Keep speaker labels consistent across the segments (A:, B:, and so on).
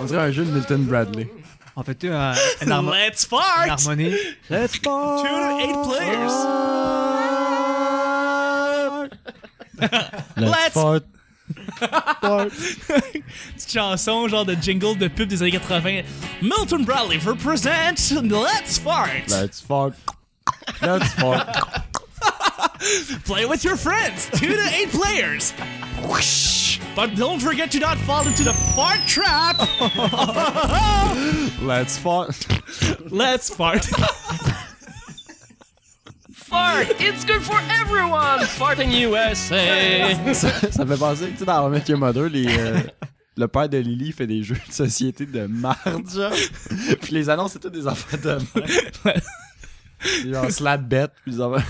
A: On dirait un jeu de Milton Bradley.
B: On fait tu un, un harmo-
C: Let's
B: une
C: fart!
B: harmonie. Let's go!
C: Two to eight players. Let's-
D: fart.
C: Petite chanson, genre de jingle de pub des années 80. Milton Bradley represents Let's Fart.
D: Let's fart. Let's fart.
C: Play with your friends. Two to eight players. But don't forget to not fall into the fart trap.
D: Let's fart.
C: Let's fart.
E: Fart, it's good for everyone. Farting USA.
D: ça, ça me fait penser, tu sais, dans How I Met Your Mother, les, euh, le père de Lily fait des jeux de société de marde, genre. Puis les annonces, c'est toutes des affaires de marde. C'est genre slap bet, puis les affaires.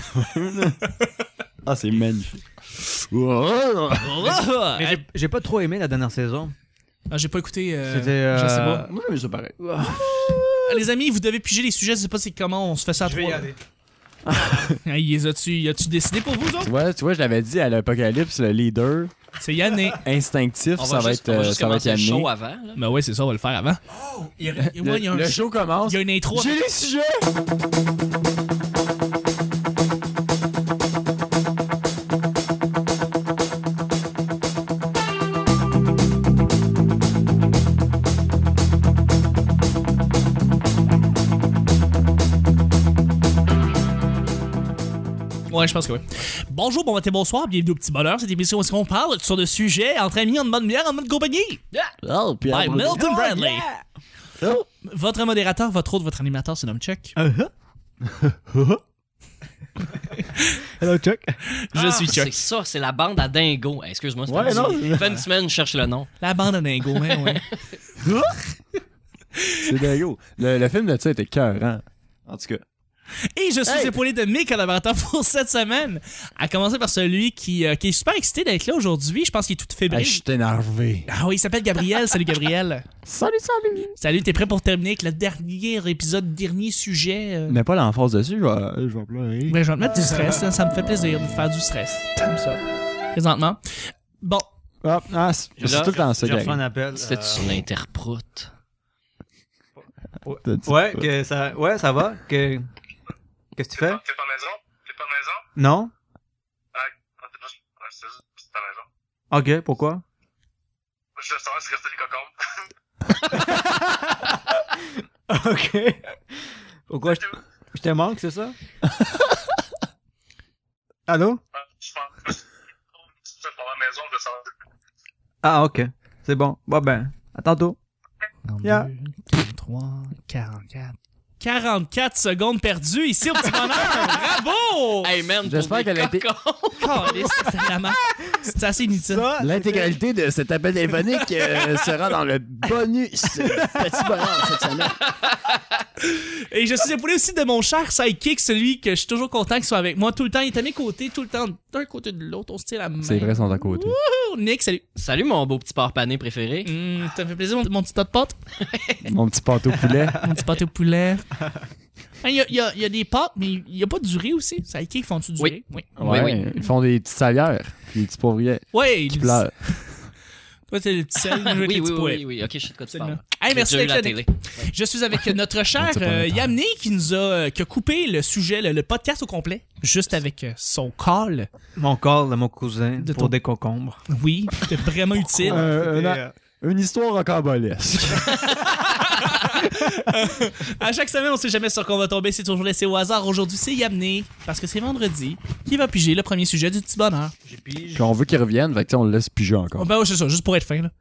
D: ah, c'est magnifique. Moi,
C: Ah,
B: Mais j'ai- j'ai pas trop aimé la dernière saison.
C: J'ai pas écouté. euh,
B: C'était. euh,
C: Je sais pas.
D: mais c'est pareil.
C: Ah, Les amis, vous devez piger les sujets. Je sais pas c'est comment on se fait ça à
B: Je vais y
C: trois.
B: aller.
C: Ah, y les as-tu y as-tu décidé pour vous
D: Tu
C: autres?
D: vois, tu vois, je l'avais dit à l'Apocalypse, le leader
C: C'est Yanné.
D: instinctif,
E: On
D: ça
E: va
D: va
E: juste,
D: être
E: on va
D: euh,
E: juste
D: ça va être
E: commencer le
D: Yannick.
E: show avant. là.
C: Ben ouais, c'est ça, on va le faire avant. Oh, Il y a, il y a- moi, il y a un
D: Le show commence.
C: il y a une intro.
D: J'ai les sujets!
C: Ouais, je pense que oui. Bonjour, bon matin, bonsoir, bienvenue au Petit Bonheur. Cette émission où est-ce qu'on parle sur le sujet entre amis, en bonne bière, en bonne compagnie.
D: Oh, puis
C: By Milton Bradley.
D: Oh.
C: Votre modérateur, votre autre, votre animateur, c'est Dom Chuck.
B: Hello, Chuck.
D: Ah,
C: Je suis
E: Ah, C'est
C: Chuck.
E: ça, c'est la bande à Dingo. Eh, Excuse-moi, c'est
D: Ouais,
E: pas
D: non, Euh.
E: dit.
D: c'est-
E: Fait une semaine, je cherche le nom.
C: La bande à Dingo, hein, ouais.
D: C'est dingo. Le, le film de ça était cœurant. En tout cas.
C: Et je suis
D: Hey.
C: épaulé de mes collaborateurs pour cette semaine. À commencer par celui qui, euh, qui est super excité d'être là aujourd'hui. Je pense qu'il est tout
D: Hey,
C: fébrile.
D: je suis énervé.
C: Ah oui, il s'appelle Gabriel. Salut Gabriel.
D: Salut, salut!
C: Salut, t'es prêt pour terminer avec le dernier épisode, dernier sujet? euh?
D: Mets pas l'emphase dessus, je vais, je vais pleurer.
C: Ben, je vais te mettre du stress. hein. Ça me fait plaisir de faire du stress. Comme ça. Présentement. Bon.
D: Hop, ah, c'est
E: Là,
D: c'est tout le temps ça,
B: J'ai
D: Gary.
B: reçu un appel. euh,
E: C'était-tu sur l'interproute?
D: T'as dit-
B: Ouais, que ça, ouais, ça va. Que... Qu'est-ce que tu fais?
F: T'es pas maison? T'es pas maison?
B: Non?
F: Ah, t'es pas... ouais, C'est juste- c'est ta maison.
B: Ok, pourquoi?
F: Je veux savoir si restait des cocombes.
B: Ok. Pourquoi je, je te manque, c'est ça? Allô?
F: Ah, Je pense... Je suis pas à la maison, je veux savoir...
B: Ah, ok. C'est bon. Bon, ben, à tantôt. Yeah.
C: 43, 44. 44 secondes perdues ici au petit bonheur. Bravo!
E: Hey man,
D: J'espère
E: pour des
D: qu'elle a été-
E: cocons.
C: Caliste, c'est vraiment- C'est assez inutile.
D: L'intégralité de cet appel téléphonique euh, sera dans le bonus du petit bonheur cette semaine.
C: Et je suis épaulé aussi de mon cher sidekick, celui que je suis toujours content qu'il soit avec moi tout le temps. Il est à mes côtés, tout le temps, d'un côté de l'autre. On se tient la main.
D: C'est vrai, ils sont à côté.
C: Oh, Nick, salut.
E: Salut mon beau petit porc pané préféré.
C: Hum, ça me fait plaisir, mon, mon petit tas de pâtes.
D: Mon petit pâteau poulet.
C: Mon petit pâté au poulet. Hein, Il y, a, il y a- il y a des pâtes, mais il n'y a pas de durée aussi. Sidekick, font-tu du
E: Oui.
C: riz? Oui.
E: Oui, oui.
D: Ils font des petites salières, puis des petits poivriers
C: Ouais,
D: qui
C: le-
D: pleurent.
C: Toi, c'est le petit sel, nous, avec
E: Oui,
C: les
E: oui,
C: petits poulets.
E: oui, oui, ok, je sais de quoi tu
C: Absolument.
E: parles.
C: Hey, merci
E: J'ai déjà eu
C: d'être là,
E: la
C: Nick.
E: télé.
C: Je suis avec notre cher
D: C'est pas
C: euh,
D: longtemps.
C: Yamné qui nous a, euh, qui a coupé le sujet, le, le podcast au complet, juste avec euh, son call.
B: Mon corps de mon cousin
C: De
B: pour
C: ton-
B: des concombres.
C: Oui, c'était vraiment utile.
D: Euh, un- Une histoire rocambolesque.
C: À chaque semaine, on sait jamais sur quoi on va tomber, c'est toujours laissé au hasard. Aujourd'hui, c'est Yamné, parce que c'est vendredi, qui va piger le premier sujet du petit bonheur.
B: J'ai pige.
D: Puis on veut qu'ils reviennent, fait que tu sais, on le laisse piger
C: Oh,
D: encore.
C: ben ouais, c'est ça, juste pour être fin. là.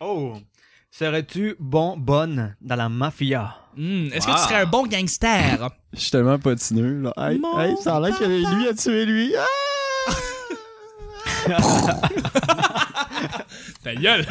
B: Oh! Serais-tu bon, bonne dans la mafia?
C: Hmm, Est-ce que
E: Wow.
C: tu serais un bon gangster?
D: Je suis tellement patineux, là. Hey,
C: Mon
D: hey, ça a l'air que lui a tué lui. Ah!
C: Ta gueule!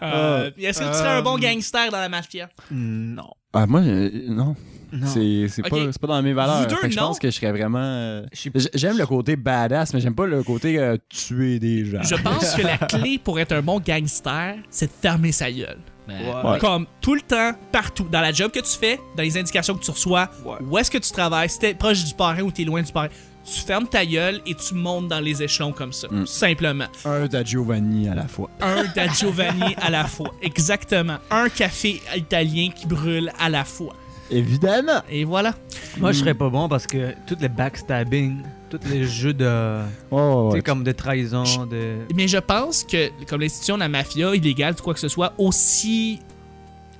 C: Euh, Est-ce que tu serais un bon gangster dans la mafia?
B: Non.
D: Ah, moi, je- non.
B: Non.
D: C'est c'est
C: Ok.
D: pas, c'est pas dans mes valeurs.
C: Vous deux,
D: Fait que je
C: non.
D: pense que je serais vraiment. euh,
B: Je suis-
D: j- J'aime le côté badass, mais j'aime pas le côté euh, tuer des gens.
C: Ah. Je pense que la clé pour être un bon gangster, c'est de fermer sa gueule.
E: Ben,
B: Ouais.
C: Comme tout le temps, partout, dans la job que tu fais, dans les indications que tu reçois,
B: Ouais.
C: où est-ce que tu travailles, si t'es proche du parrain ou t'es loin du parrain, tu fermes ta gueule et tu montes dans les échelons comme ça. Simplement.
D: Un de Giovanni à la fois.
C: Un da Giovanni à la fois. Exactement. Un café italien qui brûle à la fois.
D: Évidemment!
C: Et voilà.
B: Moi, je serais pas bon parce que toutes les backstabbing, tous les jeux de.
D: Oh,
B: Tu
D: ouais.
B: sais, comme de trahison, de.
C: Euh, Mais je pense que, comme l'institution de la mafia, illégale, quoi que ce soit, aussi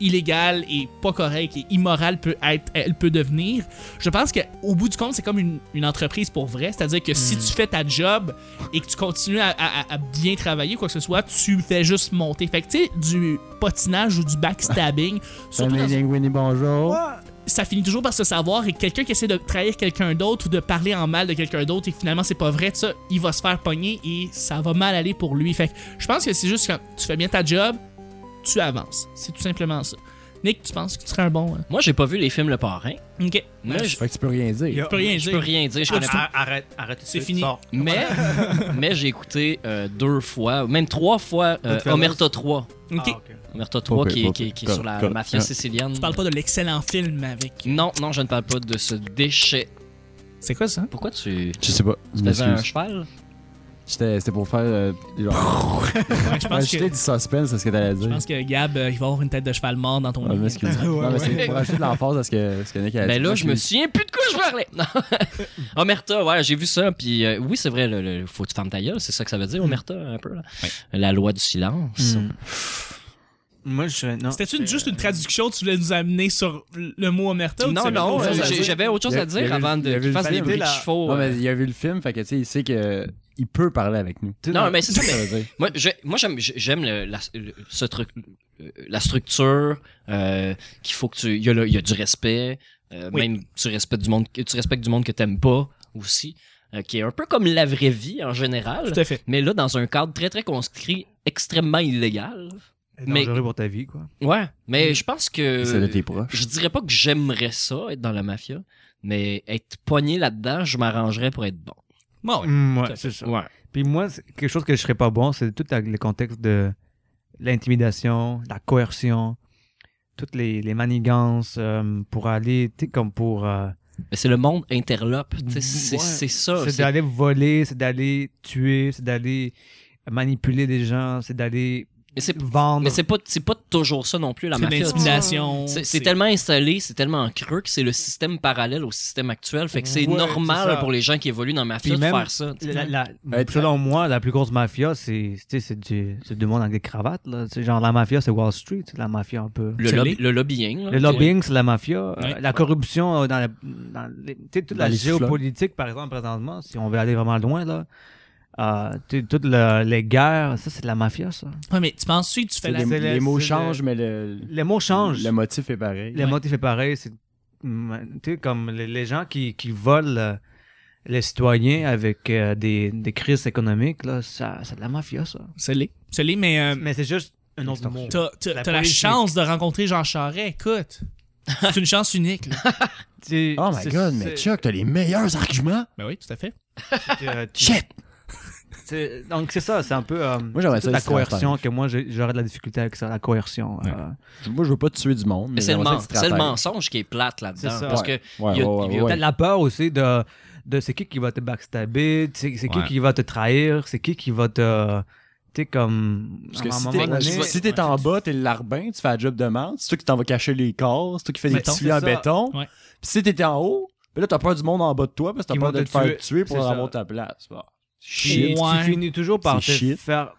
C: illégale et pas correcte et immorale peut être, elle peut devenir, je pense qu'au bout du compte, c'est comme une, une entreprise pour vrai. C'est-à-dire que si tu fais ta job et que tu continues à, à- à- à bien travailler, quoi que ce soit, tu fais juste monter. Fait que, tu sais, du potinage ou du backstabbing, surtout dans-
D: Family Winnie, bonjour.
C: ça finit toujours par se savoir et quelqu'un qui essaie de trahir quelqu'un d'autre ou de parler en mal de quelqu'un d'autre et que finalement c'est pas vrai, ça, il va se faire pogner et ça va mal aller pour lui. Fait que je pense que c'est juste quand tu fais bien ta job, tu avances. C'est tout simplement ça. Nick, tu penses que tu serais un bon. euh, hein?
E: Moi, j'ai pas vu les films Le Parrain.
C: Ok.
E: Moi, je
D: Fait que tu peux rien dire.
C: peux rien dire. Ah,
E: peux rien dire. Je connais pas.
B: Arrête, arrête.
C: C'est fini.
E: Mais,
C: ah.
E: mais j'ai écouté euh, deux fois, même trois fois, euh,
D: Goodfellas.
E: Omerta 3.
C: Ok.
B: Ah,
E: Omerta 3
D: Pas
E: qui,
D: pire,
E: est- qui est-
D: pas
E: qui est
D: pire.
E: sur la
D: Correct,
E: mafia
D: correct.
E: sicilienne.
C: Tu parles pas de l'excellent film avec.
E: Non, non, je ne parle pas de ce déchet.
C: C'est quoi ça?
E: Pourquoi tu.
D: Je sais pas. je
E: Tu faisais un
D: m'excuse.
E: cheval?
D: J'étais- C'était pour faire. euh, genre,
C: Ouais, je pense que.
D: ajouter du suspense à ce que t'allais
C: Je
D: dire.
C: pense que Gab, euh, il va avoir une tête de cheval mort dans ton
D: Ah,
C: lit.
D: m'excuse. Non, mais c'est pour ajouter de l'emphase à ce que, ce que Nick a dit.
E: Ben là, je me souviens plus de quoi je parlais. Omerta, ouais, j'ai vu ça. Puis euh, oui, c'est vrai, le, le- faut que tu fermes ta gueule, c'est ça que ça veut dire, Omerta, un peu. là. La loi du
B: Hmm.
E: silence.
B: Mm. Moi, je. Non.
C: C'était-tu juste une traduction que tu voulais nous amener sur le mot omerta? ou tu
E: Non,
C: avais
E: non,
C: autre chose à
E: euh, j'ai-
C: dire?
E: j'avais autre chose
D: Il y
E: à
D: a- il y
E: dire
D: avait-
E: avant
D: il y
E: de
D: avait
E: qu'il
D: une
E: fasse des
D: famille
E: bruits de
D: là.
E: chevaux. euh,
D: Non, mais il a vu le film, fait que tu sais, il sait que. Il peut parler avec nous.
E: Non, mais c'est ça, mais-
D: veut dire.
E: Moi, je- moi, j'aime, j'aime le- la, le- ce truc, euh, la structure, euh, qu'il faut que tu, il y a, le- il y a du respect, euh,
C: Oui.
E: même tu respectes du monde, que- tu respectes du monde que t'aimes pas aussi, euh, qui est un peu comme la vraie vie en général,
C: Tout à fait.
E: mais là dans un cadre très très conscrit, extrêmement illégal. mais-
B: Mais. Dangereux pour ta vie, quoi.
E: Ouais,
B: Mm.
E: mais je pense que
D: C'est de tes proches.
E: je dirais pas que j'aimerais ça être dans la mafia, mais être pogné là-dedans, je m'arrangerais pour être bon.
C: Bon, ouais.
B: Mm,
C: tout à
B: ouais, c'est ça.
E: Ouais.
B: Puis moi, c'est quelque chose que je serais pas bon, c'est tout la- le contexte de l'intimidation, la coercion, toutes les, les manigances euh, pour aller, tu sais, comme pour. euh,
E: Mais c'est le monde interlope, tu sais, c'est,
B: Ouais.
E: c'est ça.
B: Ah, c'est
E: c'est-
B: d'aller voler, c'est d'aller tuer, c'est d'aller manipuler les gens, c'est d'aller
E: mais c'est
B: vendre.
E: Mais c'est pas, c'est pas toujours ça non plus, la
C: C'est de
E: mafia.
C: l'intimidation.
E: C'est- C'est tellement installé, c'est tellement creux que c'est le système parallèle au système actuel. Fait que c'est
B: Ouais, c'est
E: normal
B: ça.
E: pour les gens qui évoluent dans la
B: Puis
E: mafia de
B: même-
E: faire ça. tu sais.
B: La- la-
D: Ouais,
B: Ben, selon moi, la plus grosse mafia, c'est tu sais, c'est du, c'est du monde avec des cravates. Là. C'est Genre, la mafia, c'est Wall Street, la mafia un peu.
E: Le,
C: c'est les-
E: lobby- le lobbying. là.
B: Le lobbying, c'est la mafia.
C: Ouais.
B: Euh, La corruption euh, dans, la, dans les- tu sais, toute
D: Dans
B: la
D: les
B: géopolitique, par exemple, présentement, si on veut aller vraiment loin, là. euh, tu sais, toutes le- les guerres, ça, c'est de la mafia, ça.
C: Ouais, mais tu penses-tu que tu fais
D: C'est
C: la
D: Les,
B: c'est
D: les
B: le-
D: mots
B: c'est
D: changent, mais le,
B: Les mots changent.
D: le motif est pareil.
B: Le motif est pareil. C'est mm, tu sais, comme les, les gens qui, qui volent euh, les citoyens avec euh, des, des crises économiques, là, ça, c'est de la mafia, ça.
C: C'est l'est. C'est l'est, mais euh,
B: Mais c'est juste un autre mot.
C: t'as t'as-
B: La
C: t'as la
B: politique.
C: chance de rencontrer Jean Charest, écoute. C'est une chance unique. Là.
B: Tu-
D: Oh my
B: c'est-
D: god,
B: c'est-
D: mais Chuck, t'as les meilleurs arguments.
C: ben oui, tout à fait.
B: euh, tu-
D: Shit!
B: C'est- Donc c'est ça, c'est un peu euh,
D: Moi, j'aimerais
B: c'est
D: ça,
B: la
D: les strapanges.
B: coercition que moi j'ai- j'aurais de la difficulté avec ça, la coercion. euh,
D: Moi, je veux pas tuer du monde.
E: Mais c'est le,
D: j'aimerais
E: men-
D: ça que tu
E: c'est le
D: travailles.
E: mensonge qui est plate là-dedans.
B: C'est ça.
E: Parce
D: Ouais.
E: que
D: Ouais,
E: Il y a-
D: ouais,
E: il y
D: ouais,
E: a-
B: T'as
D: ouais.
B: la peur aussi de, de c'est qui qui va te backstabber, c'est c'est qui
C: Ouais.
B: qui va te trahir, c'est qui qui va te tu sais comme
D: Parce que
B: à un
D: si
B: moment
D: t'es,
B: donné-
D: si- si t'es en bas, t'es le larbin, tu fais la job de merde. C'est toi qui t'en vas cacher les corps, c'est toi qui fais des
C: Mettons,
D: petits fils en
B: c'est ça.
D: béton.
C: Ouais.
D: Puis si t'étais en haut, ben là, t'as peur du monde en bas de toi parce que t'as
B: Qui
D: peur
B: vont
D: de te
B: te
D: faire
B: tuer.
D: tuer pour
B: C'est ça.
D: avoir ta place. Bon.
B: Et
D: Shit.
C: Ouais.
B: tu finis toujours par te
D: C'est shit.
B: faire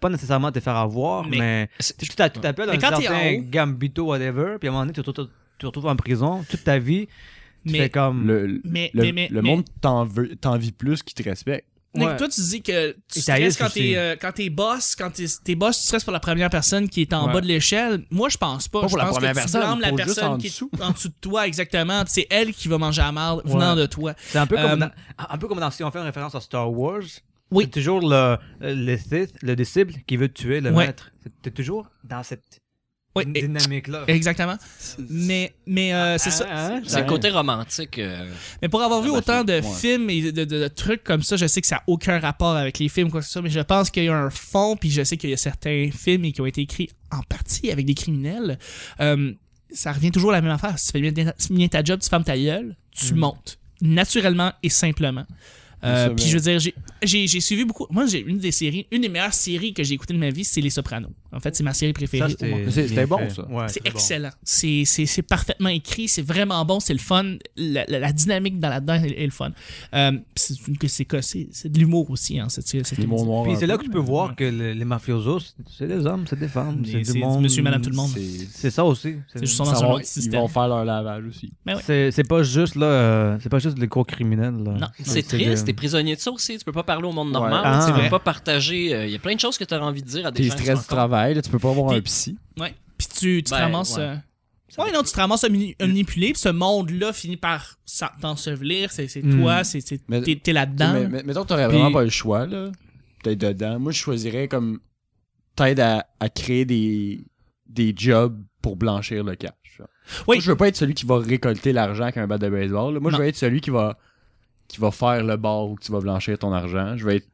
B: pas nécessairement te faire avoir,
C: Mais-
B: mais,
E: c'est-
B: tu t'as- tu t'appelles
C: Mais
B: un
C: quand t'es
B: certain
C: en haut-
B: gambito whatever, puis à un moment donné tu te, retrouves- tu te retrouves en prison toute ta vie, tu fais
C: Mais,
B: comme
D: Le, le,
C: mais,
D: le-
C: mais, mais,
D: le monde t'en veut, t'envie plus qu'il te respecte.
C: mais-
B: Ouais.
C: toi, tu dis que tu
B: Et
C: stresses
B: t'haïs
C: quand
B: aussi.
C: t'es, euh, quand t'es boss, quand t'es, t'es boss, tu stresses pour la première personne qui est en
B: Ouais.
C: bas de l'échelle. Moi, je pense pas.
D: Pas
C: je
D: pour la
C: pense
D: première
C: que
D: personne,
C: tu blâmes la
D: pour juste
C: personne
D: en
C: qui
D: dessous.
C: est en dessous de toi, exactement. Puis C'est elle qui va manger la merde
B: Ouais.
C: venant de toi.
B: C'est un peu,
C: Euh,
B: comme dans- un peu comme dans- si on fait une référence à Star Wars.
C: Oui.
B: C'est toujours le, le, Sith, le disciple qui veut tuer le
C: Ouais.
B: maître. C'est- T'es toujours dans cette
C: Oui, e-
B: dynamique-là.
C: exactement. Mais, mais euh,
D: Ah,
C: c'est ça.
B: Hein?
E: c'est le côté romantique. euh,
C: Mais pour avoir vu
D: bah,
C: autant de
D: c'est- ouais.
C: films et de, de- de trucs comme ça, je sais que ça n'a aucun rapport avec les films, quoi que ce soit, mais je pense qu'il y a un fond, puis je sais qu'il y a certains films et qui ont été écrits en partie avec des criminels.
D: Mm.
C: Euh, ça revient toujours à la même affaire. Si tu fais bien, bien ta job, tu fermes ta gueule, tu montes. naturellement et simplement. Euh,
D: Nous
C: puis je veux dire, j'ai- j'ai j'ai suivi beaucoup. Moi, j'ai une des séries, une des meilleures séries que j'ai écoutées de ma vie, c'est Les Sopranos. En fait, c'est ma série préférée. au monde.
D: Mais c'est- c'était
B: bien
D: bon,
B: fait.
D: ça.
B: Ouais,
C: C'est
B: très bon.
C: excellent. C'est- C'est c'est parfaitement écrit, c'est vraiment bon, c'est le fun. La, la- la dynamique dans là-dedans est, est le fun. Euh, puis c'est une- que c'est que c'est- c'est de l'humour aussi, hein, cette, cette
D: L'humour
C: émission.
D: noir.
B: Puis
D: un
B: c'est là
D: peu.
B: que tu peux voir que le- les mafiosos, c'est- c'est des hommes, c'est des femmes,
C: Et
B: c'est
C: c'est
B: du
C: du
B: monde.
C: monsieur, madame, tout le monde.
D: C'est-
B: C'est ça aussi.
C: C'est juste
D: ça
C: dans un
D: va-
C: autre
D: Ils
C: système.
D: vont faire leur lavage aussi.
C: Ah ouais.
B: C'est c'est pas juste là, euh, c'est pas juste les gros criminels. Là.
C: Non,
E: C'est
B: de-
E: triste, t'es prisonnier de ça aussi. Tu peux pas parler au monde normal,
B: Ah.
E: tu
C: Ouais.
E: peux pas partager. euh, Il y a plein de choses que t'aurais envie de dire à des
D: T'es
E: gens. qui
D: stress
E: sont
D: du travail, là, tu peux pas avoir
C: Puis-
D: un psy.
C: Ouais. Puis tu, tu te
E: Ben,
C: ramasses.
E: ouais.
C: euh,
E: Ça
C: Ouais, non, tu te ramasses omni- omnipulé, puis ce monde-là finit par s'en- t'ensevelir, c'est c'est
B: Hmm.
C: toi, c'est c'est-
D: Mais-
C: t'es t'es là-dedans.
D: Mais, mais, mettons que t'aurais
B: Puis-
D: vraiment pas le choix, là. T'es dedans. Moi, je choisirais comme. T'aides à, à créer des, des jobs pour blanchir le cash. genre.
C: Oui.
D: Moi, je veux pas être celui qui va récolter l'argent avec un bat de baseball. là. Moi,
C: Non.
D: je veux être celui qui va, qui va faire le bar où tu vas blanchir ton argent. Je veux être.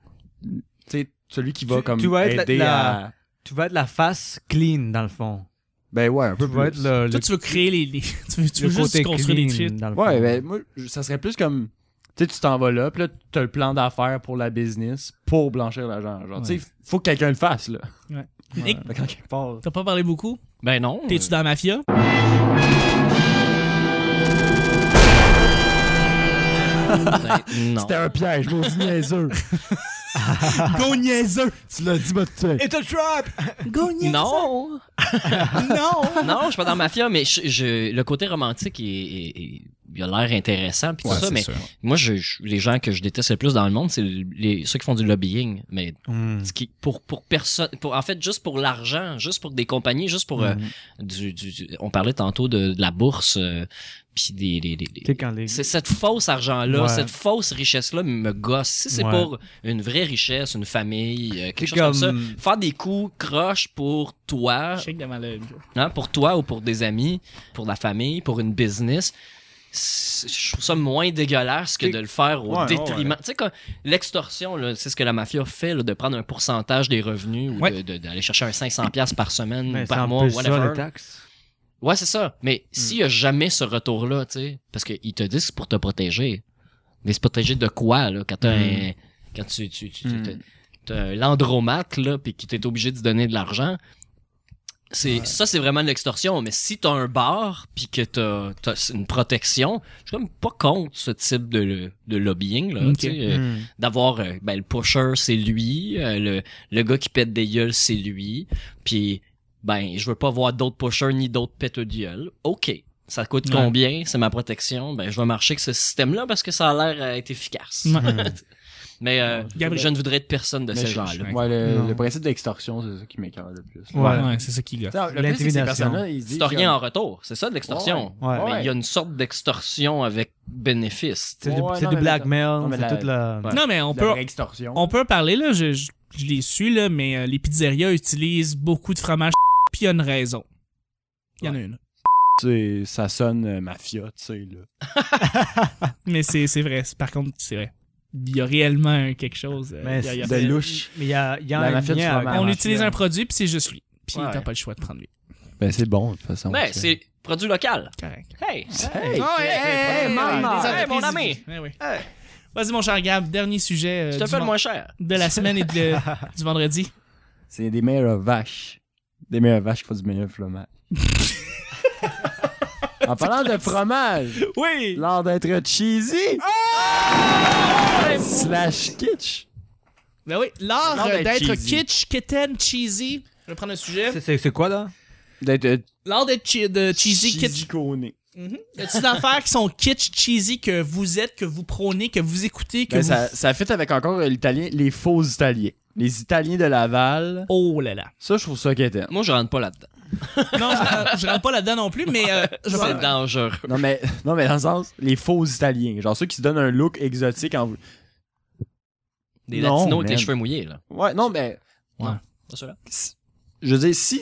D: Tu sais, celui qui va
B: Tu-
D: comme.
B: tu vas être la-
D: aider
B: la-
D: à.
B: Tu vas être la face clean dans le fond.
D: Ben ouais, un peu
B: Tu vas être
D: plus.
B: le,
C: Toi,
B: le,
C: tu veux créer les. les- tu veux, tu
B: le
C: veux juste
B: côté
C: construire
B: clean
C: des shit.
B: dans le fond.
D: Ouais, ben moi, je- ça serait plus comme. Tu sais, tu t'en vas là, puis là, t'as le plan d'affaires pour la business, pour blanchir l'argent. Genre, tu sais, faut que quelqu'un le fasse, là. Ben,
C: Nick,
D: Fait que Quand quelqu'un part.
C: t'as pas parlé beaucoup?
E: Ben non.
C: T'es-tu dans la mafia?
E: Ben, non.
D: C'était un piège, mon niaiseux.
C: Go niaiseux!
D: tu l'as dit, votre tuer.
B: It's a trap!
C: Go niaiseux!
E: Non,
C: Non!
E: non, je suis pas dans la mafia, mais je, je- le côté romantique, il, il- il- il a l'air intéressant puis tout ça, mais moi, je, je- les gens que je déteste le plus dans le monde, c'est les, ceux qui font du lobbying, mais
D: Hmm.
B: Mm.
E: ce qui- pour pour personne, pour en fait juste pour l'argent, juste pour des compagnies, juste pour euh,
B: Mm.
E: du, du- du- on parlait tantôt de, de la bourse, euh, puis des, des- des- des-
B: Tu sais, quand les.
E: C'est cette fausse argent-là,
B: Ouais.
E: cette fausse richesse-là me gosse. Si c'est
B: Ouais.
E: pour une vraie richesse, une famille, euh, quelque
B: C'est
E: chose comme... ça,
B: comme- ben,
E: faire des coups croches pour toi,
C: Je sais que devant le.
E: hein, pour toi ou pour des amis, pour la famille, pour une business, c'est- je trouve ça moins dégueulasse que
D: C'est-
E: de le faire au
D: Ouais, ouais,
E: détriment. Tu sais, quand l'extorsion, là, c'est ce que la mafia fait, là, de prendre un pourcentage des revenus ou
C: Ouais.
E: de- de- d'aller chercher un 500$ par
B: Ben,
E: semaine, ou
B: c'est
E: Hmm, par
B: un
E: mois,
B: peu ça,
E: whatever.
B: les taxes.
E: Ouais, c'est ça. Mais s'il y a jamais ce retour-là, tu sais, parce qu'ils te disent que c'est pour te protéger. Mais se protéger de quoi, là, quand t'as
B: Mm.
E: un- Quand tu, tu, tu-
D: Mm.
E: t'as- t'as un landromat, là, puis qu'il t'est obligé de se donner de l'argent. C'est, Ça, c'est vraiment de l'extorsion. Mais si t'as un bar, puis que t'as, t'as une protection, je suis comme pas contre ce type de, de lobbying, là,
C: Ok.
E: tu sais, euh,
B: Mm.
E: d'avoir euh, ben, le pusher c'est lui euh, le, le gars qui pète des gueules c'est lui puis ben je veux pas voir d'autres pushers ni d'autres péteux de gueule ok ça coûte
C: Ouais.
E: combien c'est ma protection ben je vais marcher avec ce système là parce que ça a l'air euh, être efficace mais euh,
C: Gabriel.
E: je ne voudrais être personne de
D: Mais
E: ces
D: je-
E: gens là
D: Ouais, le,
B: Non.
D: le principe d'extorsion, c'est ça qui m'écœure le plus.
B: Ouais.
C: Ouais, c'est ça qui gosse.
D: T'sais, Le plus, c'est que ces
B: L'intimidation.
D: personnes-là, ils se disent.
E: c'est rien en
D: genre,
E: retour c'est ça de l'extorsion
B: Ouais, ouais.
E: mais il y a une sorte d'extorsion avec bénéfice
B: C'est du,
D: Ouais,
B: c'est
D: non,
B: du
D: mais-
B: blackmail,
D: non, mais
B: c'est
D: la-
B: toute la.
E: Ouais.
C: Non, mais on
D: la
C: peut,
D: vraie extorsion.
C: on peut en parler, là. Je, je, je les suis, là, mais euh, les pizzerias utilisent beaucoup de fromage puis il y a une raison. Il y en a une.
D: T'sais, ça sonne euh, mafia, tu sais, là.
C: Mais c'est c'est vrai. c'est- Par contre, c'est vrai. Il y a réellement un quelque chose. euh,
B: Mais
C: il y a- il y a-
D: de
B: c'est-
D: louche.
B: Mais il y a, il y a
D: La
B: un
D: mafia du
B: lien avec
D: fromage.
B: la
C: on
B: mafia.
C: utilise un produit, puis c'est juste lui. Puis
E: Ouais.
C: t'as pas le choix de prendre lui.
D: Ben, c'est bon, de toute façon.
E: mais
D: t'sais.
E: Ben, c'est produit local
C: Correct.
E: hey
D: Hey,
C: Ah ouais, hey, hey,
E: hey,
C: man,
E: man.
C: des
E: Hey, mon
C: entreprises-
E: ami.
C: Ouais, ouais. Vas-y, mon cher Gab, dernier sujet euh,
E: je
C: du
E: te fais le
C: vend-
E: moins cher
C: de la semaine et de- du vendredi.
D: C'est des meilleures vaches. Des meilleures vaches qui font du meilleur fromage. en parlant de fromage,
C: Oui!
D: l'art d'être cheesy. Slash kitsch.
C: Ben oui, l'art
D: L'art
C: euh,
D: d'être
C: d'être
D: cheesy.
C: kitsch, kitten, cheesy. Je vais prendre le sujet.
B: C'est- C'est c'est quoi là?
D: D'être euh,
C: L'art d'être chi- de cheesy, kitsch.
D: conné.
C: Y a-t-il des affaires qui sont kitsch, cheesy, que vous êtes, que vous prônez, que vous écoutez, que
D: Ben,
C: vous...
D: ça, ça fit avec encore euh, l'italien, les faux Italiens. Les Italiens de Laval.
C: Oh là là.
D: Ça, je trouve ça quétaine.
E: moi je rentre pas là-dedans
C: Non, je, je rentre pas là-dedans non plus, mais euh, je
E: c'est
C: parle-
E: dangereux
D: Non mais, non, mais dans le sens, les faux Italiens. Genre ceux qui se donnent un look exotique en.
E: des
D: Non,
E: latinos avec les
D: man.
E: cheveux mouillés là
D: Ouais, non, mais.
E: Pas hein. ceux-là.
D: Je veux dire, si,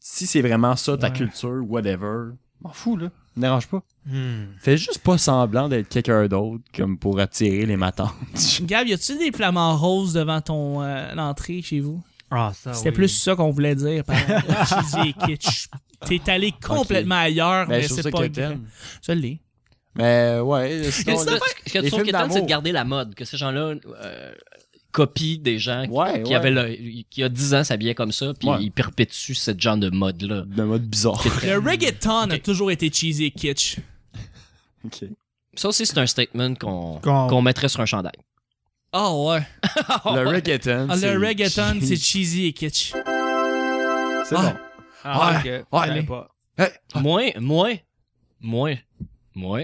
D: si c'est vraiment ça ta
C: Ouais.
D: culture, whatever, m'en fous, là. Me dérange pas.
B: Hmm.
D: Fais juste pas semblant d'être quelqu'un d'autre, comme pour attirer les matins.
C: Gab, y a-tu des flamants roses devant ton euh, entrée chez vous?
B: Ah, ça.
C: C'était
B: oui.
C: plus ça qu'on voulait dire par cheesy et kitsch. T'es allé complètement ailleurs, mais c'est pas... grave. Je l'ai.
D: Mais Ben, ouais,
E: Que-
D: sinon,
E: Ce
D: là-
E: que- ce que
D: les
E: tu trouves
D: films
E: qui est tendre, c'est de
D: d'amour.
E: garder la mode, que ces gens-là euh, copient des gens qui,
D: Ouais,
E: qui
D: ouais.
E: avaient le, qui il y a 10 ans s'habillaient comme ça, puis
D: Ouais.
E: ils perpétuent ce genre de mode-là.
D: de mode bizarre.
E: C'est très-
C: Le reggaeton a toujours été cheesy et kitsch.
D: Ok.
E: Ça aussi, c'est un statement qu'on
B: Qu'on-
E: qu'on mettrait sur un chandail.
C: Ah ouais.
D: Le reggaeton.
C: Ah,
D: c'est-
C: le reggaeton, c'est cheesy et kitsch.
D: C'est
C: Ah.
D: bon.
B: Ah,
D: Ouais,
B: ok.
D: ouais,
B: J'avais
D: mais-
B: pas.
E: Moi, moi, moi, moi,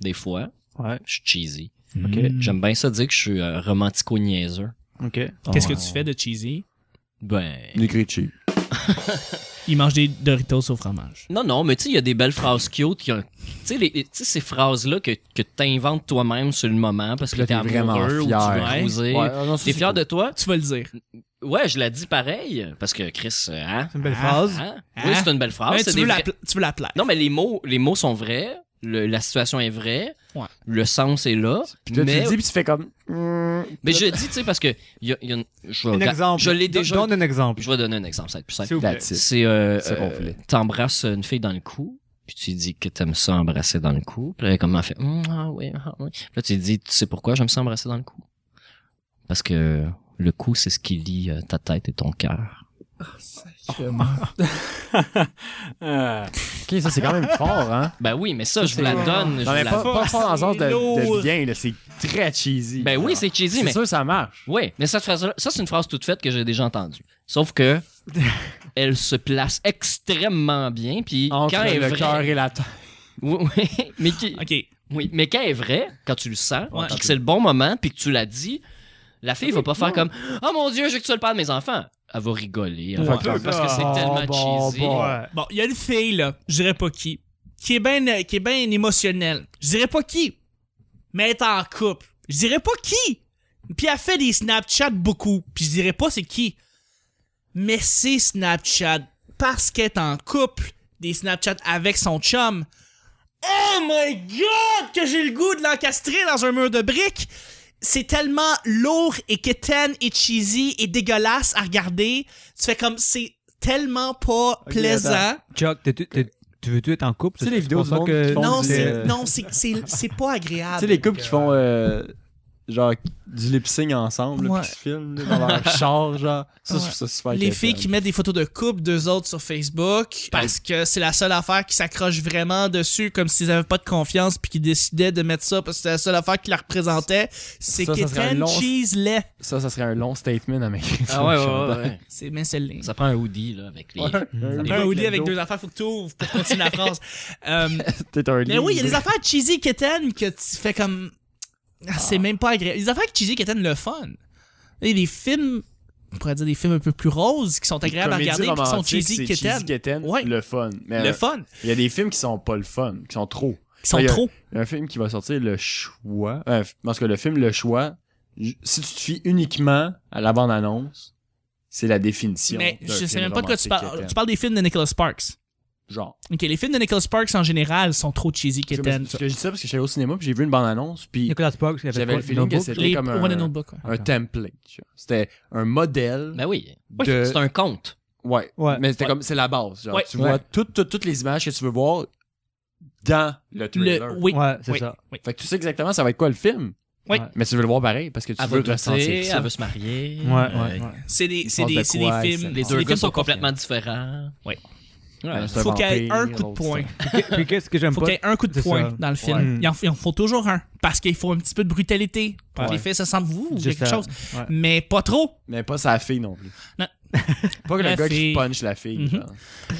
E: des fois,
B: Ouais,
E: je suis cheesy.
C: Ok.
E: J'aime bien ça dire que je suis euh, romantico-niaiseux.
B: ok.
C: Qu'est-ce que tu fais de cheesy?
E: Ben...
D: Les Grichis.
C: Il mange des Doritos au fromage.
E: Non, non, mais tu sais, il y a des belles phrases cute. qui ont- Tu sais, les- tu sais, ces phrases-là que, que t'inventes toi-même sur le moment parce que
D: là,
E: t'es
D: t'es vraiment
E: amoureux ou tu veux
D: fier.
E: cruiser.
D: ah non, ça,
E: T'es
D: c'est
E: fier
D: cool.
E: de toi?
C: Tu vas le dire.
E: Ouais, je la dis pareil. Parce que Chris, euh, hein?
B: C'est une belle
C: Ah,
B: phrase.
E: Hein?
C: Hein?
E: Oui, c'est une belle phrase.
C: Mais
E: c'est
C: tu,
E: des
C: veux la
E: vrais-
C: pla- tu veux la plaire.
E: Non, mais les mots, les mots sont vrais. le- la situation est vraie.
C: Ouais.
E: Le sens est là.
D: Puis là, tu
E: Mais,
D: le dis, puis tu fais comme. Hmm.
E: mais je le dis, tu sais, parce que. y a- y a une- Ah. je, vais-
B: Un exemple.
E: je l'ai
B: Don-
E: déjà.
B: Donne un exemple.
E: Je vais donner un exemple, ça va être plus simple.
B: S'il vous plaît.
D: That's it.
E: C'est. Euh,
D: C'est
E: euh,
D: complet.
E: T'embrasses une fille dans le cou, puis tu lui dis que t'aimes ça embrasser dans le cou. Puis là, comment elle fait Hum, Ah oui, ah oui. Puis là, tu lui dis Tu sais pourquoi j'aime ça embrasser dans le cou Parce que le cou, c'est ce qui lie euh, ta tête et ton cœur.
G: Euh,
D: Ok, ça, c'est quand même fort, hein.
E: Ben oui, mais ça, je vous la
D: c'est-
E: donne. je
D: Non,
E: vous
D: mais
E: la-
D: pas, pas fort dans le sens de,
C: lourd.
D: de bien, là. C'est très cheesy.
E: Ben oui, c'est cheesy,
D: C'est
E: mais.
D: sûr, ça marche.
E: Oui, mais cette phrase-là- ça, c'est une phrase toute faite que j'ai déjà entendue. Sauf que elle se place extrêmement bien, puis
D: Entre
E: quand elle est
D: le cœur
E: vraie,
D: et la tête.
E: oui, oui, mais qui-
C: Ok.
E: oui, mais quand elle est vraie, quand tu le sens,
C: Ouais.
E: puis que c'est le bon moment, puis que tu l'as dit, la fille va pas faire comme oh mon dieu, je veux que tu le parles à mes enfants. Elle va rigoler, elle va
B: Ouais.
E: faire- parce
B: Ah,
E: que c'est tellement
D: Oh, bon,
E: cheesy.
D: bon.
B: Ouais.
C: Bon, il y a une fille, là, je dirais pas qui, qui est bien qui est ben émotionnelle. Je dirais pas qui, mais elle est en couple. Je dirais pas qui. Puis elle fait des Snapchat beaucoup. Puis je dirais pas c'est qui. Mais c'est Snapchat parce qu'elle est en couple. Des Snapchat avec son chum. Oh my god! Que j'ai le goût de l'encastrer dans un mur de briques! C'est tellement lourd et quétaine et cheesy et dégueulasse à regarder. Tu fais comme c'est tellement pas plaisant.
B: Chuck, t'es- t'es- tu veux-tu être en couple?
D: Tu sais, les
B: C'est
D: vidéos
B: pour ça
D: du monde
B: que-
D: qui font-
C: Non,
D: Bon,
C: c'est
D: euh,
C: non, c'est- c'est c'est pas agréable.
D: Tu sais, les couples qui font euh, genre du lip sync ensemble, là,
C: Ouais.
D: puis qui se filment là, dans leur char, genre. Ça, je
C: Ouais.
D: trouve ça super
C: Les filles qui mettent des photos de couple d'eux autres sur Facebook parce que c'est la seule affaire qui s'accroche vraiment dessus comme s'ils avaient pas de confiance puis qu'ils décidaient de mettre ça parce que c'est la seule affaire qui la représentait. C'est
D: Ça, ça serait
C: qu'Étienne
D: long.
C: Cheese lait.
D: Ça, ça serait un long statement à m'écrire.
E: Ah ouais, ouais, ouais, ouais.
C: C'est bien celle-là.
E: Ça prend un hoodie là avec les.
C: T'as un hoodie avec deux affaires, faut que tu ouvres pour continuer la phrase. Euh,
D: T'es un
C: mais
D: livre.
C: oui, il y a des affaires cheesy quétaines que tu fais comme. Ah, c'est même pas agréable. Les affaires cheesy quétaines, le fun. Et les films, on pourrait dire des films un peu plus roses qui sont
D: Des
C: agréables à
D: comédies
C: regarder puis qui sont
D: romantiques,
C: cheesy
D: c'est
C: quétaines.
D: quétaine,
C: Ouais.
D: le fun. Mais
C: Le
D: euh,
C: fun.
D: il y a des films qui sont pas le fun, qui sont trop.
C: Ils sont
D: Il y a-
C: trop.
D: Il y a un film qui va sortir, Le Choix. Euh, parce que le film Le Choix, j- si tu te fies uniquement à la bande-annonce, c'est la définition.
C: Mais
D: d'un
C: je sais
D: film
C: même pas de quoi tu
D: romantique
C: parles.
D: quétaine.
C: Tu parles des films de Nicholas Sparks.
D: Genre.
C: Ok, les films de Nicholas Sparks en général sont trop cheesy quétaines.
D: Parce que je dis ça parce que j'étais au cinéma, puis j'ai vu une bande-annonce, puis
B: Nicolas Sparks, il avait
D: J'avais
B: pas
D: le feeling que
B: notebook.
D: c'était
C: Les
D: comme un,
C: One and Notebook. ouais.
D: un template. tu vois. C'était un modèle
E: Ben oui.
D: de...
E: C'est un conte.
D: Ouais.
B: Ouais.
D: Mais c'était comme, c'est la base. genre.
C: Ben, Ouais.
D: Tu
B: Ouais.
D: vois toutes, toutes, toutes les images que tu veux voir dans le trailer.
C: Le, oui.
B: Ouais, c'est
C: oui,
B: ça.
C: oui.
D: Fait que tu sais exactement ça va être quoi le film.
C: Oui.
D: Mais tu veux le voir pareil parce que tu
E: Elle
D: veux
E: veut
D: ressentir
E: douter,
D: ça.
E: elle veut se marier. Euh,
B: Ouais, ouais, ouais.
C: C'est des, c'est
D: Ils pensent
C: des,
D: de
C: c'est
D: quoi,
C: des
D: ils
C: films.
D: se-
E: Les
C: c'est
E: deux
C: des
E: gars
C: films
E: sont
C: pour couple.
E: complètement différents.
C: Ouais.
E: Ouais.
D: c'est
C: Faut qu'il y ait
D: vampire,
C: un coup de
D: l'autre,
C: poing.
B: Puis que- Puis qu'est-ce que j'aime
C: Faut
B: pas?
C: qu'il y ait un coup de
B: C'est
C: poing
B: ça.
C: dans le
B: Ouais.
C: film. Ils en, ils en font toujours un. Parce qu'il faut un petit peu de brutalité pour que
B: Ouais.
C: les filles se sentent vous ou quelque
B: à-
C: chose.
B: ouais.
C: Mais pas trop.
D: Mais pas sa fille non plus.
C: Non.
D: pas que le
C: La
D: gars
C: fille.
D: qui punch la fille.
C: Mhm.
D: genre.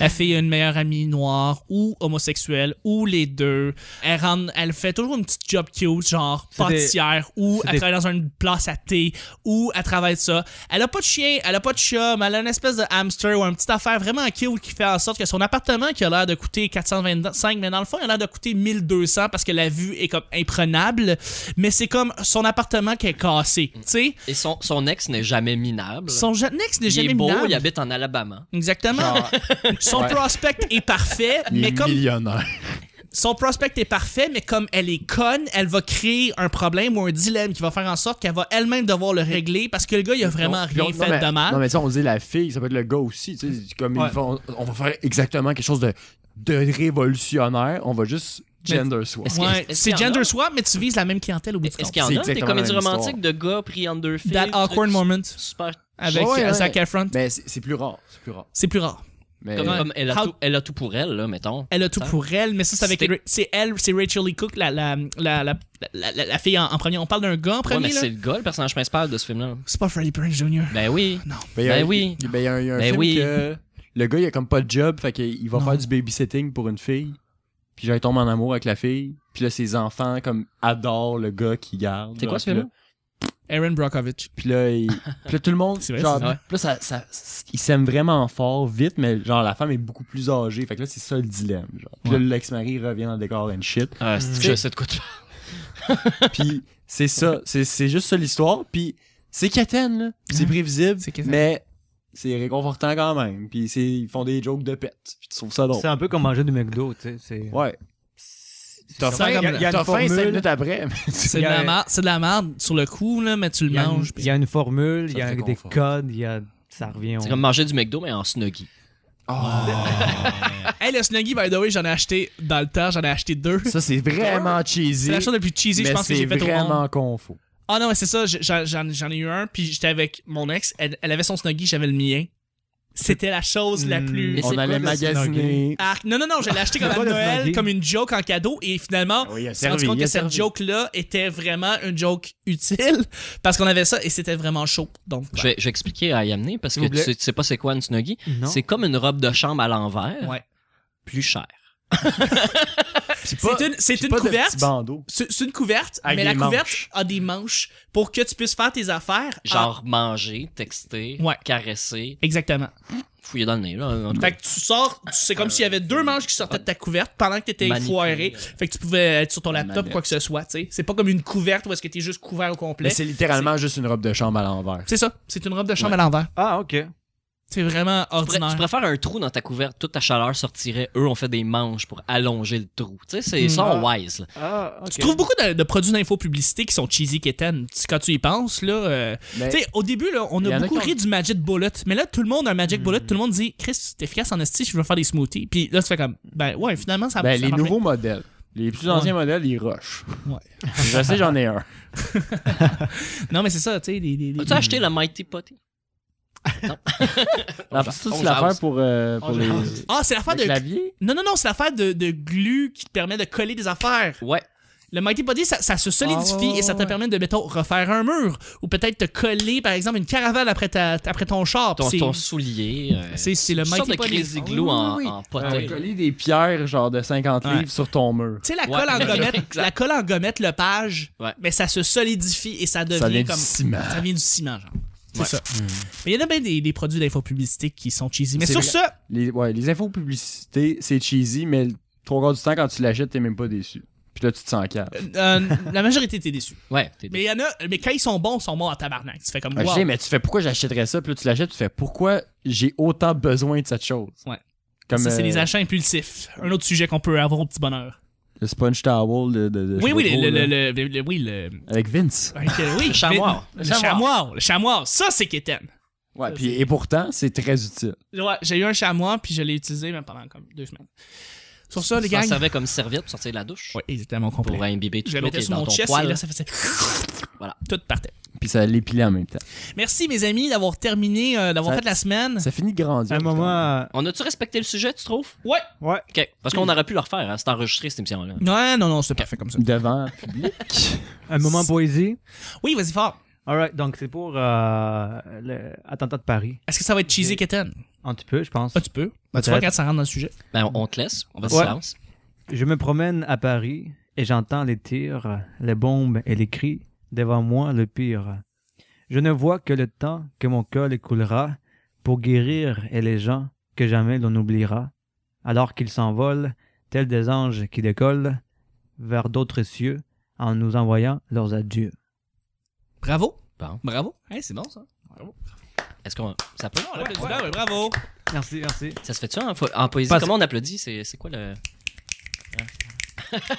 C: La fille a une meilleure amie noire ou homosexuelle ou les deux. Elle, rentre, elle fait toujours une petite job cute, genre
B: C'est des-
C: pâtissière ou
B: c'est
C: elle
B: des-
C: travaille dans une place à thé ou elle travaille de ça. Elle a pas de chien, elle a pas de chat, mais elle a une espèce de hamster ou une petite affaire vraiment cute qui fait en sorte que son appartement qui a l'air de coûter 425, mais dans le fond, il a l'air de coûter 1200 parce que la vue est comme imprenable. Mais c'est comme son appartement qui est cassé, tu sais.
E: Et son, son ex n'est jamais minable.
C: Son jeune ex n'est
E: il
C: jamais
E: est beau,
C: minable.
E: il habite en Alabama.
C: Exactement.
D: Genre,
C: Son
D: Ouais.
C: prospect est parfait,
D: il est
C: mais comme
D: millionnaire.
C: son prospect est parfait, mais comme elle est conne, elle va créer un problème ou un dilemme qui va faire en sorte qu'elle va elle-même devoir le régler parce que le gars, il a vraiment
D: Puis on-
C: rien
D: non,
C: fait
D: mais-
C: de mal.
D: Non, mais ça, on dit la fille, ça peut être le gars aussi. Tu sais, comme ils
B: Ouais.
D: font- on va faire exactement quelque chose de, de révolutionnaire. On va juste Gender swap.
E: Est-ce que-
C: Ouais,
E: est-ce
C: c'est
E: qu'il y en a?
C: gender swap, mais tu vises la même clientèle au bout du
E: Est-ce
C: compte.
E: qu'il y en
D: C'est
E: a des
D: exactement
E: comédies
D: la même
E: romantiques de gars pris en deux filles?
C: That
E: truc
C: awkward moment
E: Super.
C: avec euh,
D: Ouais, ouais.
C: Zac Efron.
E: Ben-
D: Mais c'est c'est plus rare. C'est plus rare.
C: C'est plus rare.
D: Mais
E: Comme,
C: Ouais.
E: comme elle, a
C: How-
E: tout, elle a tout pour elle, là, mettons.
C: Elle a tout
E: Ça.
C: pour elle, mais ça, c'est avec.
E: C'était-
C: Ra- C'est elle, c'est Rachel Lee Cook, la, la, la, la, la, la- la fille en, en premier. On parle d'un gars en
E: Ouais,
C: premier,
E: mais
C: là.
E: c'est le gars, le personnage principal de ce film-là.
C: C'est pas Freddie Prinze Jr.
E: Ben oui.
D: Ben, il y a
E: Ben
D: un-
E: oui.
D: il- Ben, il y a un, il y a un
E: Ben
D: film
E: oui.
D: que le gars, il a comme pas de job, fait qu'il va
C: Non.
D: faire du babysitting pour une fille. Puis genre, il tombe en amour avec la fille. Puis là, ses enfants, comme, adorent le gars qui garde.
E: C'est quoi
D: Genre,
E: ce
D: puis là-
E: film-là?
C: Aaron Brockovich.
D: Puis là, il- puis là, tout le monde,
C: C'est vrai,
D: genre,
C: c'est
E: vrai.
D: puis là, ça, ça, ils s'aiment vraiment fort, vite, mais genre, la femme est beaucoup plus âgée. Fait que là, c'est ça le dilemme, genre. Puis là, l'ex-mari revient dans le décor and shit.
E: Ah, c'est- je sais de quoi tu parles.
D: Puis c'est ça, c'est c'est juste ça l'histoire. Puis c'est quétaine, là. C'est
C: Ouais.
D: prévisible,
C: C'est quétaine.
D: mais c'est réconfortant quand même. Puis c'est- ils font des jokes de pète. Puis tu trouves ça drôle.
B: C'est un peu comme manger du McDo, tu sais. c'est-
D: Ouais.
C: T'as faim,
B: Il y a- il y a
D: T'as
B: une
D: faim cinq
B: formule.
D: minutes après. mais-
C: C'est
B: Il y
C: de
B: a-
C: la merde, c'est de la merde sur le coup, là, mais tu le
B: Il y a une-
C: manges.
B: Il y a une formule, il y
D: Ça
B: a
D: te
B: des
D: réconforte.
B: codes, il y a. Ça revient.
E: C'est
B: on-
E: comme manger du McDo, mais en snuggie.
D: Ah,
C: Ah, Hey, le Snuggy, by the way, j'en ai acheté dans le temps, j'en ai acheté deux.
D: ça, c'est vraiment cheesy.
C: C'est la chose la plus cheesy, je
D: mais
C: pense, que
D: c'est
C: j'ai faite au monde.
D: vraiment confo.
C: Ah non, mais c'est ça, j'ai- j'en j'en- j'en ai eu un, puis j'étais avec mon ex, elle, elle avait son Snuggy, j'avais le mien. C'était la chose la
B: Hmm.
C: plus.
E: Mais c'est
D: On
E: quoi
D: allait
E: le
D: magasiner.
C: Ah, non, non, non, je l'ai acheté comme à
B: Pas le
C: Noël,
B: Snuggy.
C: comme une joke en cadeau, et finalement,
D: Ah Oui, il a
C: on s'est rendu
D: servi,
C: compte
D: il
C: que
D: a
C: cette
D: servi.
C: joke-là était vraiment une joke utile, parce qu'on avait ça, et c'était vraiment chaud. Donc,
E: Je vais, je vais expliquer à Yamné parce que
B: S'il
E: tu
B: vous plaît.
E: sais, tu sais pas c'est quoi une snuggie.
B: Non.
E: C'est comme une robe de chambre à l'envers,
C: ouais. Ah.
E: plus chère.
D: C'est pas-
C: C'est une, c'est
D: c'est
C: une
D: Ah, pas de
C: couverte.
D: petits bandeaux.
C: C'est c'est une couverte,
D: Avec
C: mais la
D: des
C: couverte
D: manches.
C: a des manches pour que tu puisses faire tes affaires.
E: Genre manger, texter,
C: Ouais.
E: caresser,
C: Ah, exactement.
E: fouiller dans le nez. Là, en tout cas.
C: Fait que tu sors, tu- c'est comme s'il y avait deux manches qui sortaient de ta couverte pendant que t'étais
E: Manipulé.
C: foiré. Fait que tu pouvais être sur ton laptop,
D: manette.
C: quoi que ce soit, tu sais. C'est pas comme une couverte où est-ce que t'es juste couvert au
D: Mais
C: complet.
D: c'est littéralement juste une robe de chambre à l'envers.
C: C'est ça, c'est une robe de chambre à l'envers.
B: Ah, ok.
C: C'est vraiment
E: Tu pré-
C: ordinaire.
E: tu préfères un trou dans ta couverte, toute ta chaleur sortirait. Eux ont fait des manches pour allonger le trou. Tu sais, c'est
C: Mm.
E: ça, on
B: Ah.
E: wise. là.
B: Ah, ok.
C: Tu trouves beaucoup de, de produits d'infopublicité qui sont cheesy qu'étaient. Quand tu y penses, là. euh,
D: Mais-
C: Tu sais, au début, là, on
D: Ben, Il y en a
C: a beaucoup
D: qui ont-
C: ri du Magic Bullet. Mais là, tout le monde a un Magic
B: Hmm.
C: Bullet. Tout le monde dit, Chris, c'est efficace en esti, je veux faire des smoothies. Puis là, tu fais comme, ben ouais, finalement, ça,
D: Ben,
C: ça
D: les
C: marche
D: nouveaux modèles. Les plus anciens modèles, ils rushent.
C: Ouais.
D: Je sais, j'en ai un.
C: bien. Non, mais c'est ça, tu sais. des-
D: Ah,
C: des- des-
E: As-tu acheté la Mighty Potty?
D: En plus, ça,
E: on
D: c'est
E: jase.
D: l'affaire pour, euh, pour
E: On
D: les,
E: jase.
C: Ah, c'est l'affaire
D: le
C: de.
D: clavier.
C: Non, non, non, c'est l'affaire de, de glue qui te permet de coller des affaires.
E: Ouais.
C: Le Mighty Body, ça, ça se solidifie
D: Ah, ouais,
C: et ça te
D: ouais.
C: permet de, mettons, refaire un mur ou peut-être te coller, par exemple, une caravane après, ta, après ton char.
E: Ton,
C: C'est-
E: ton soulier. euh,
C: C'est- c'est le
E: une sorte
C: Mighty
E: de
C: Potty.
E: Crazy Glue en,
D: Oui, oui, oui.
E: en
D: Ah,
E: potée.
D: coller des pierres genre de 50
C: Ouais.
D: livres sur ton mur.
C: Tu sais, la
E: Ouais.
C: colle en gommette,
E: Exact.
C: la colle en gommette, le page,
E: Ouais.
C: mais ça se solidifie et ça devient
D: Ça vient
C: comme.
D: du ciment.
C: Ça vient du ciment, genre. C'est
E: Ouais.
C: ça. Mais il y en a bien des, des produits d'infopublicité qui sont cheesy. Mais
D: C'est
C: sur
D: vrai.
C: ça,
D: Les, ouais, les infos publicités, c'est cheesy, mais le- trois quarts du temps, quand tu l'achètes, t'es même pas déçu. Puis là, tu te sens calme.
C: Euh, la majorité t'es déçu.
E: Ouais. t'es-
C: Mais il y en a, mais quand ils sont bons, ils sont bons en tabarnak. Tu fais comme
D: Ah, Je
C: wow.
D: sais, mais tu fais pourquoi j'achèterais ça, puis là, tu l'achètes, tu fais pourquoi j'ai autant besoin de cette chose.
C: Ouais.
D: Comme
C: Ça, c'est
D: euh,
C: les achats impulsifs. Un autre sujet qu'on peut avoir au petit bonheur.
D: le sponge towel de. de- de- je
C: Oui,
D: sais
C: oui,
D: pas trop,
C: le, le,
D: là.
C: le, le- le- oui, le,
D: Avec Vince.
C: Avec, euh, oui,
E: Le chamois.
C: Le chamois. Le chamois. Ça, c'est quétaine.
D: Ouais,
C: Ça,
D: puis,
C: c'est-
D: et pourtant, c'est très utile.
C: Ouais, j'ai eu un chamois, puis je l'ai utilisé mais pendant comme deux semaines. Sur ça, les
E: Ça
C: gars.
E: en servait comme serviette pour sortir de la douche.
C: Ouais, exactement complet.
E: Pour imbiber tout
C: Je le
E: l'eau qui
C: mettais
E: est
C: sur
E: dans
C: mon
E: ton
C: chest et
E: poil.
C: là, ça faisait.
E: Voilà.
C: Tout partait.
D: Puis ça l'épilait en même temps.
C: Merci, mes amis, d'avoir terminé, euh, d'avoir
D: Ça-
C: fait la semaine.
D: Ça finit grandiose.
B: À un moment. euh,
E: On a-tu respecté le sujet, tu trouves?
C: Ouais.
B: Ouais.
E: OK. Parce qu'on aurait pu le refaire, hein, c'est enregistré cette émission-là.
C: Ouais, non, non, c'est parfait comme ça.
D: Devant le public.
B: Un moment poésie.
C: Oui, vas-y, fort.
B: Alright, donc c'est pour euh, le attentat de Paris.
C: Est-ce que ça va être cheesy, Keten?
B: Un petit peu, je pense.
C: Ah, tu peux. Ben, tu vois,
B: Peut-être.
C: quand ça rentre dans le sujet.
E: Ben, on, on te laisse. On va se
B: Ouais.
E: silence.
B: Je me promène à Paris et j'entends les tirs, les bombes et les cris. Devant moi, le pire. Je ne vois que le temps que mon col écoulera pour guérir et les gens que jamais l'on oubliera. Alors qu'ils s'envolent, tels des anges qui décollent vers d'autres cieux en nous envoyant leurs adieux.
C: Bravo.
E: Bon.
C: Bravo. Hey, c'est bon, ça.
E: Est-ce qu'on. Ça peut?
C: On l'applaudit. Ah, ouais, bravo.
B: Merci, merci.
E: Ça se fait-tu en, fo- en poésie?
B: Parce-
E: Comment on applaudit? C'est c'est quoi le.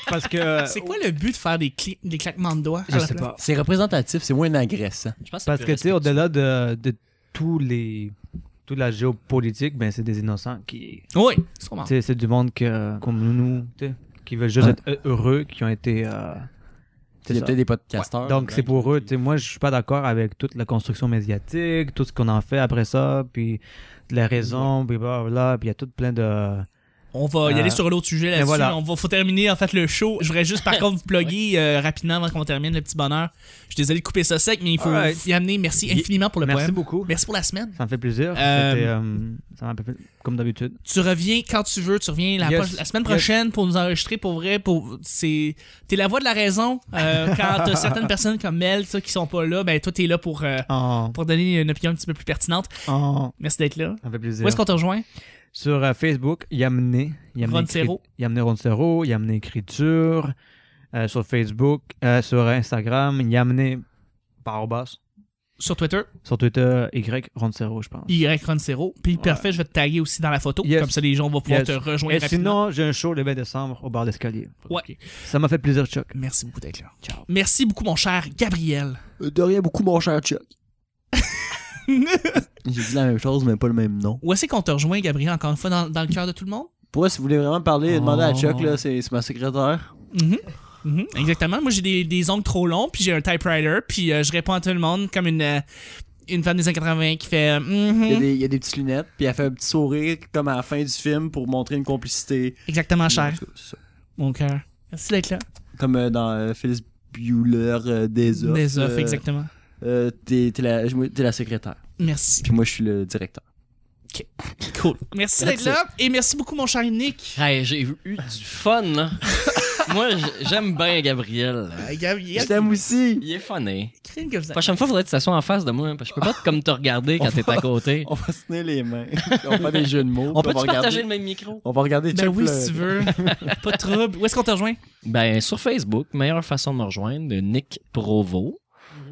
B: Parce que. euh,
C: C'est quoi le but de faire des, cli- des claquements de doigts?
B: Je sais pas.
D: C'est représentatif, c'est moins agressant.
E: Je pense
B: Parce
E: c'est
B: que,
E: plus
B: tu sais,
E: respectueux.
B: au-delà de, de tous les, toute la géopolitique, ben, c'est des innocents qui.
C: Oui, sûrement.
B: Tu sais, c'est du monde que, comme nous, nous, tu sais, qui veulent juste
D: Ouais.
B: être euh, heureux, qui ont été. euh, c'est
D: Il y a
B: ça.
D: peut-être des podcasteurs.
B: Donc, c'est pour eux. tu sais,
D: tu
B: Moi, je suis pas d'accord avec toute la construction médiatique, tout ce qu'on en fait après ça, puis de la raison, puis blablabla, puis il y a tout plein de.
C: On va y
B: Euh,
C: aller sur l'autre sujet là-dessus.
B: voilà.
C: On va, faut terminer en fait le show. Je voudrais juste par contre vous plugger euh, rapidement avant qu'on termine le petit bonheur. Je suis désolé de couper ça sec, mais il faut
B: Alright.
C: y amener. Merci
B: Ye-
C: infiniment pour le
B: Merci
C: poème.
B: beaucoup.
C: Merci pour la semaine.
B: Ça me fait plaisir.
C: Euh,
B: C'était, euh, ça m'a fait- comme d'habitude.
C: Tu reviens quand tu veux. Tu reviens la,
B: Yes.
C: proche- la semaine
B: Yes.
C: prochaine pour nous enregistrer pour vrai. Pour c'est t'es la voix de la raison. Euh, quand t'as certaines personnes comme Mel ça, qui sont pas là, ben toi t'es là pour euh,
B: En,
C: pour donner une opinion un petit peu plus pertinente.
B: en,
C: Merci d'être là.
B: ça me fait plaisir.
C: Où est-ce qu'on te rejoint?
B: Sur euh, Facebook, Yamné. Yamné
C: Roncero.
B: écrit- Yamné Roncero, Yamné Écriture. Euh, sur Facebook, euh, sur Instagram, Yamné par basse.
C: Sur Twitter,
B: Sur Twitter, Y Roncero, je pense.
C: Y Roncero. Puis parfait, je vais te taguer aussi dans la photo.
B: Yes.
C: Comme ça, les gens vont pouvoir
B: Yes.
C: te rejoindre
B: Et sinon,
C: rapidement.
B: j'ai un show le 20 décembre au bar d'escalier.
C: Ouais.
B: Ça m'a fait plaisir, Chuck.
C: Merci beaucoup d'être là. Ciao. Merci beaucoup, mon cher Gabriel.
D: De rien Euh, beaucoup, mon cher Chuck. J'ai dit la même chose, mais pas le même nom.
C: Où est-ce qu'on te rejoint, Gabriel, encore une fois, dans, dans le cœur de tout le monde?
D: Pour moi, si vous voulez vraiment parler, demandez à
B: Oh.
D: Chuck, là, c'est c'est ma secrétaire.
C: Mhm. Mhm.
D: Mm-hmm.
C: Exactement. Moi, j'ai des, des ongles trop longs, puis j'ai un typewriter, puis euh, je réponds à tout le monde comme une, euh, une femme des années 80 qui fait... mhm.
D: Il y, a des, il y a des petites lunettes, puis elle fait un petit sourire comme à la fin du film pour montrer une complicité.
C: Exactement, cher.
D: En tout cas, c'est ça.
C: Mon cœur. Merci d'être là.
D: Comme euh, dans euh, Phyllis Bueller euh, des offres.
C: Des offres,
D: euh,
C: exactement.
D: euh, T'es t'es la, moi, t'es la secrétaire,
C: Merci.
D: puis moi, je suis le directeur.
C: Cool. Merci d'être là, et merci beaucoup, mon cher Nick.
E: Hey, j'ai eu du fun, là. Moi, j'aime bien Gabriel.
C: Euh, Gabriel,
D: Je t'aime aussi!
E: Il est funny.
C: crime comme ça.
E: La prochaine fois, faudrait que tu t'assoies en face de moi, hein, parce que je peux pas te- comme te regarder quand t'es à côté.
D: On va se tenir les mains. on fait des jeux de mots.
E: On
D: puis
E: peut-tu
D: va regarder-
E: partager le même micro?
D: On va regarder
C: Ben
D: Chuck
C: oui,
D: pleurer.
C: si tu veux. Pas de trouble. Où est-ce qu'on te rejoint?
E: Ben, sur Facebook, meilleure façon de me rejoindre, Nick Provo.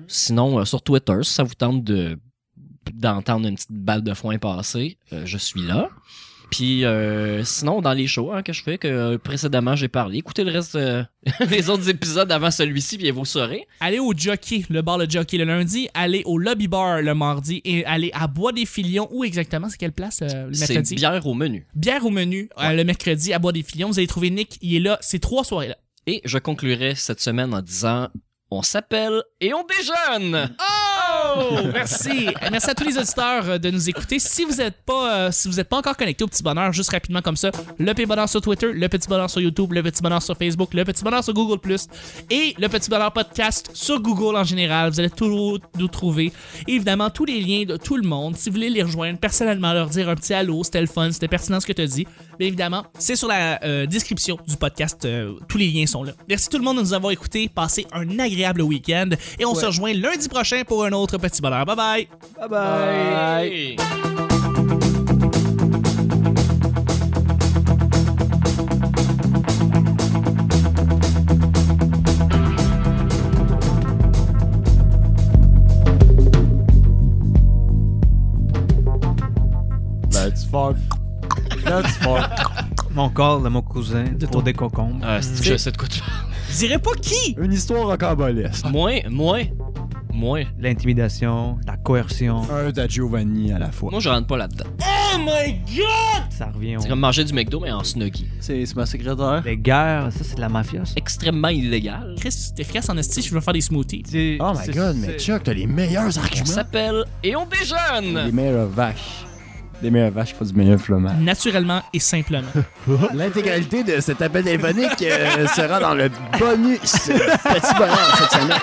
E: Sinon, euh, sur Twitter, si ça vous tente de d'entendre une petite balle de foin passer, euh, je suis là. Puis euh, sinon, dans les shows hein, que je fais, que euh, précédemment j'ai parlé, écoutez le reste euh, des autres épisodes avant celui-ci, puis vous saurez.
C: Allez au jockey, le bar le jockey le lundi, allez au lobby bar le mardi et allez à Bois des Filions. Où exactement? C'est quelle place euh, le
E: C'est
C: mercredi?
E: bière au menu.
C: Bière au menu euh, le mercredi à Bois des Filions. Vous allez trouver Nick, il est là. C'est trois soirées là.
E: Et je conclurai cette semaine en disant on s'appelle et on déjeune.
C: Oh! Merci! Merci à tous les auditeurs euh, de nous écouter. Si vous n'êtes pas, euh, si vous êtes pas encore connecté au Petit Bonheur, juste rapidement comme ça, le Petit Bonheur sur Twitter, le Petit Bonheur sur YouTube, le Petit Bonheur sur Facebook, le Petit Bonheur sur Google+, et le Petit Bonheur Podcast sur Google en général. Vous allez tout nous trouver. Et évidemment, tous les liens de tout le monde. Si vous voulez les rejoindre personnellement, leur dire un petit allô, c'était le fun, c'était pertinent ce que tu as dit, bien évidemment, c'est sur la euh, description du podcast. euh, tous les liens sont là. Merci tout le monde de nous avoir écoutés. Passez un agréable week-end et on se rejoint lundi prochain pour un autre petit bonheur. Bye bye!
E: Bye.
D: That's Ben, fuck. That's fuck.
B: Mon corps de mon cousin pour des concombres.
E: Ah, c'est-tu que je sais de quoi tu parles.
C: Je dirais pas qui!
D: Une histoire rocambolesque.
E: Moi, moi, moi.
B: L'intimidation, la coercion,
D: Un de Giovanni à la fois.
E: Moi, je rentre pas là-dedans.
B: ça revient
E: C'est
B: aux...
E: comme manger du McDo, mais en snuggie.
D: C'est c'est ma secrétaire.
B: Les guerres, ça, c'est de la mafia, ça.
E: Extrêmement illégal.
C: Chris, c'est efficace en esti, je veux faire des smoothies.
D: Oh my god, mais Chuck, t'as les meilleurs
E: On
D: arguments.
E: s'appelle et on
D: Les
E: déjeune.
D: meilleures vaches. Des meilleures vaches qui font du meilleur fromage.
C: Naturellement et simplement.
D: L'intégralité de cet appel téléphonique euh, sera dans le bonus euh, Petit Bonheur cette semaine.